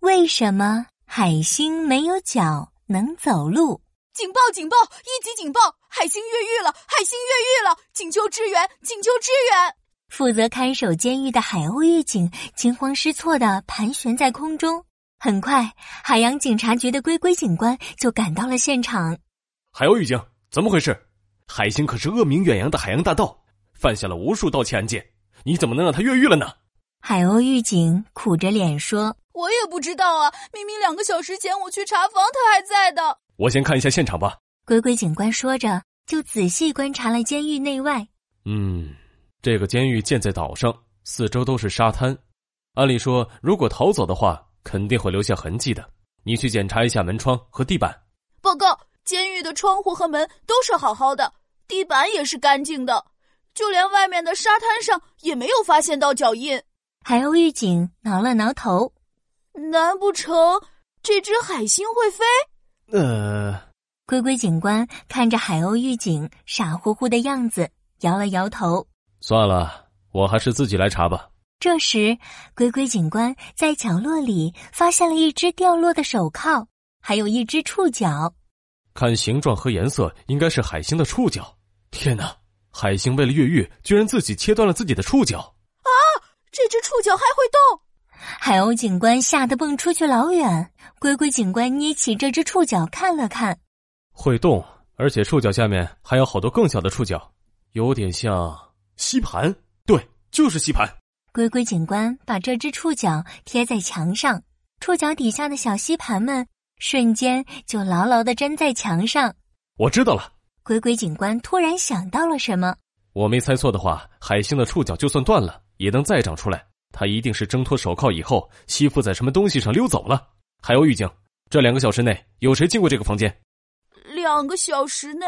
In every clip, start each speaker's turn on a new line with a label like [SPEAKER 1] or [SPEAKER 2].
[SPEAKER 1] 为什么海星没有脚能走路？
[SPEAKER 2] 警报！警报！一级警报！海星越狱了！海星越狱了！请求支援！请求支援！
[SPEAKER 1] 负责看守监狱的海鸥狱警惊慌失措地盘旋在空中。很快，海洋警察局的龟龟警官就赶到了现场。
[SPEAKER 3] 海鸥狱警，怎么回事？海星可是恶名远扬的海洋大盗，犯下了无数盗窃案件，你怎么能让他越狱了呢？
[SPEAKER 1] 海鸥狱警苦着脸说
[SPEAKER 2] 我也不知道啊，明明两个小时前我去查房，他还在的。
[SPEAKER 3] 我先看一下现场吧。：“
[SPEAKER 1] 龟龟警官说着，就仔细观察了监狱内外。
[SPEAKER 3] 嗯，这个监狱建在岛上，四周都是沙滩。按理说，如果逃走的话，肯定会留下痕迹的。你去检查一下门窗和地板。
[SPEAKER 2] 报告，监狱的窗户和门都是好好的，地板也是干净的，就连外面的沙滩上也没有发现到脚印。”
[SPEAKER 1] 海鸥狱警挠了挠头，
[SPEAKER 2] 难不成这只海星会飞？
[SPEAKER 3] 呃，
[SPEAKER 1] 龟龟警官看着海鸥狱警傻乎乎的样子，摇了摇头。
[SPEAKER 3] 算了，我还是自己来查吧。
[SPEAKER 1] 这时，龟龟警官在角落里发现了一只掉落的手铐，还有一只触角。
[SPEAKER 3] 看形状和颜色，应该是海星的触角。天哪，海星为了越狱，居然自己切断了自己的触角。
[SPEAKER 2] 这只触角还会动？
[SPEAKER 1] 海鸥警官吓得蹦出去老远。龟龟警官捏起这只触角看了看，
[SPEAKER 3] 会动，而且触角下面还有好多更小的触角，有点像吸盘。对，就是吸盘。
[SPEAKER 1] 龟龟警官把这只触角贴在墙上，触角底下的小吸盘们瞬间就牢牢地粘在墙上。
[SPEAKER 3] 我知道了，
[SPEAKER 1] 龟龟警官突然想到了什么，
[SPEAKER 3] 我没猜错的话，海星的触角就算断了，也能再长出来。它一定是挣脱手铐以后，吸附在什么东西上溜走了。还有狱警，这两个小时内有谁进过这个房间？
[SPEAKER 2] 两个小时内，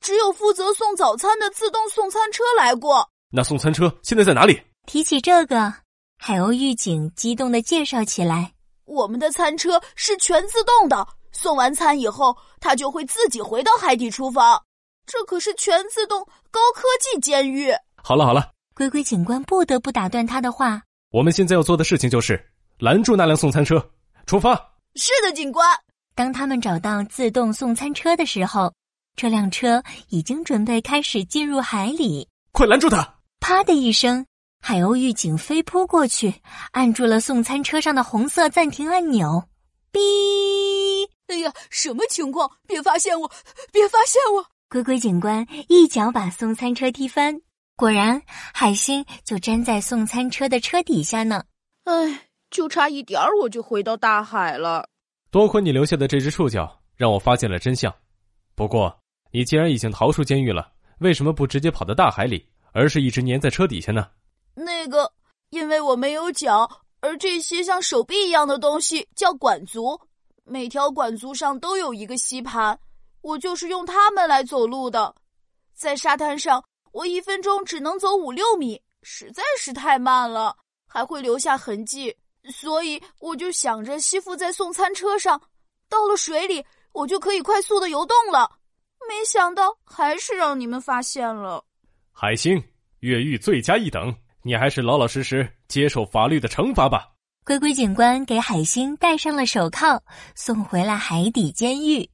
[SPEAKER 2] 只有负责送早餐的自动送餐车来过。
[SPEAKER 3] 那送餐车现在在哪里？
[SPEAKER 1] 提起这个，海鸥狱警激动地介绍起来。
[SPEAKER 2] 我们的餐车是全自动的，送完餐以后，它就会自己回到海底厨房。这可是全自动高科技监狱。
[SPEAKER 3] 好了好了，
[SPEAKER 1] 龟龟警官不得不打断他的话，
[SPEAKER 3] 我们现在要做的事情就是拦住那辆送餐车，出发。
[SPEAKER 2] 是的，警官，
[SPEAKER 1] 当他们找到自动送餐车的时候，这辆车已经准备开始进入海里。
[SPEAKER 3] 快拦住他！
[SPEAKER 1] 啪的一声，海鸥狱警飞扑过去，按住了送餐车上的红色暂停按钮。哔！
[SPEAKER 2] 哎呀，什么情况？别发现我，别发现我！
[SPEAKER 1] 龟龟警官一脚把送餐车踢翻，果然海星就粘在送餐车的车底下呢。
[SPEAKER 2] 哎，就差一点儿我就回到大海了。
[SPEAKER 3] 多亏你留下的这只触角，让我发现了真相。不过，你既然已经逃出监狱了，为什么不直接跑到大海里，而是一直粘在车底下呢？
[SPEAKER 2] 那个，因为我没有脚，而这些像手臂一样的东西叫管足，每条管足上都有一个吸盘，我就是用它们来走路的。在沙滩上，我一分钟只能走五六米，实在是太慢了，还会留下痕迹，所以我就想着吸附在送餐车上，到了水里，我就可以快速的游动了。没想到还是让你们发现了。
[SPEAKER 3] 海星越狱罪加一等，你还是老老实实接受法律的惩罚吧。
[SPEAKER 1] 龟龟警官给海星戴上了手铐，送回了海底监狱。